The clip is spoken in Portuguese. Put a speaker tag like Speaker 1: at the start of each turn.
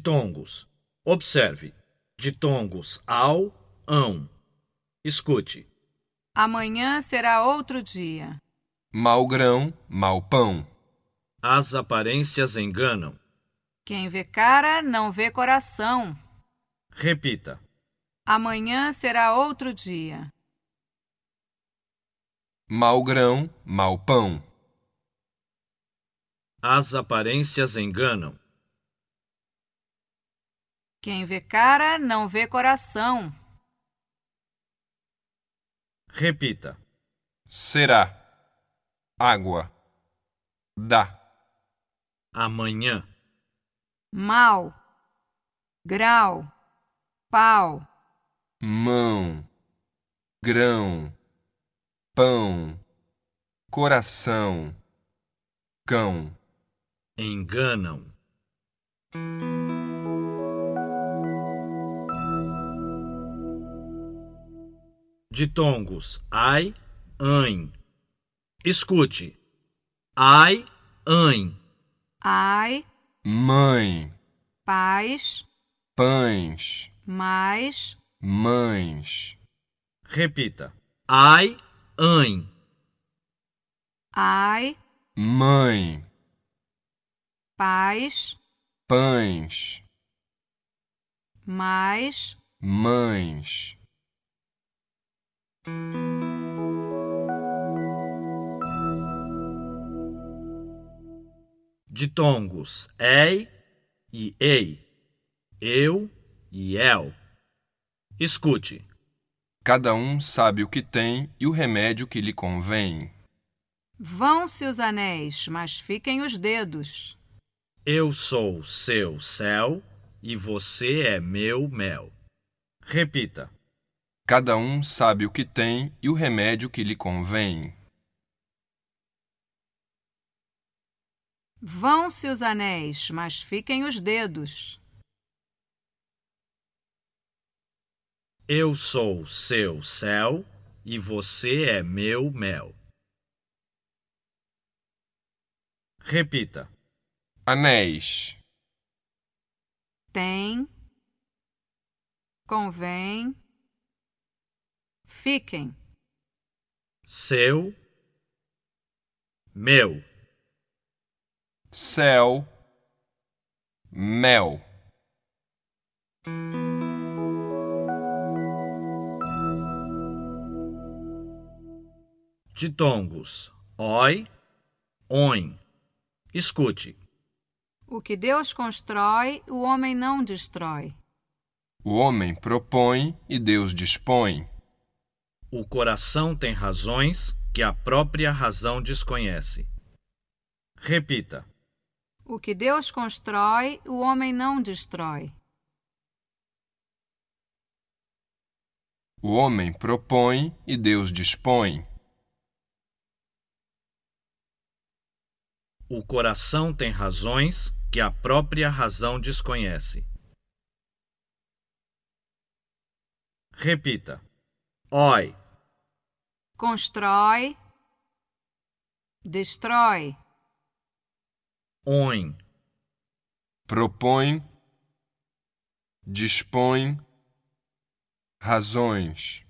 Speaker 1: Ditongos. Observe. Ditongos ao, ão. Escute.
Speaker 2: Amanhã será outro dia.
Speaker 3: Mau grão, mau pão.
Speaker 1: As aparências enganam.
Speaker 2: Quem vê cara não vê coração.
Speaker 1: Repita.
Speaker 2: Amanhã será outro dia.
Speaker 3: Mau grão, mau pão.
Speaker 1: As aparências enganam.
Speaker 2: Quem vê cara não vê coração.
Speaker 1: Repita.
Speaker 3: Será. Água. Dá.
Speaker 1: Amanhã.
Speaker 2: Mal. Grau. Pau.
Speaker 3: Mão. Grão. Pão. Coração. Cão.
Speaker 1: Enganam. Ditongos ai, ãe. Escute. Ai, ãe.
Speaker 2: Ai,
Speaker 3: Mãe.
Speaker 2: paz,
Speaker 3: Pães.
Speaker 2: mais,
Speaker 3: Mães.
Speaker 1: Repita. Ai, ãe.
Speaker 2: ai,
Speaker 3: Mãe.
Speaker 2: paz,
Speaker 3: Pães.
Speaker 2: mais,
Speaker 3: Mães.
Speaker 1: Ditongos ei e ei. Eu e el. Escute.
Speaker 3: Cada um sabe o que tem e o remédio que lhe convém.
Speaker 2: Vão-se os anéis, mas fiquem os dedos.
Speaker 1: Eu sou seu céu e você é meu mel. Repita.
Speaker 3: Cada um sabe o que tem e o remédio que lhe convém.
Speaker 2: Vão-se os anéis, mas fiquem os dedos.
Speaker 1: Eu sou seu céu e você é meu mel. Repita.
Speaker 3: Anéis.
Speaker 2: Tem, convém, fiquem.
Speaker 1: Seu, meu.
Speaker 3: céu, mel.
Speaker 1: Ditongos. Oi, oin. Escute.
Speaker 2: O que Deus constrói, o homem não destrói.
Speaker 3: O homem propõe e Deus dispõe.
Speaker 1: O coração tem razões que a própria razão desconhece. Repita.
Speaker 2: O que Deus constrói, o homem não destrói.
Speaker 3: O homem propõe e Deus dispõe.
Speaker 1: O coração tem razões que a própria razão desconhece. Repita. Oi,
Speaker 2: Constrói, destrói,
Speaker 1: oin.
Speaker 3: Propõe, dispõe, razões.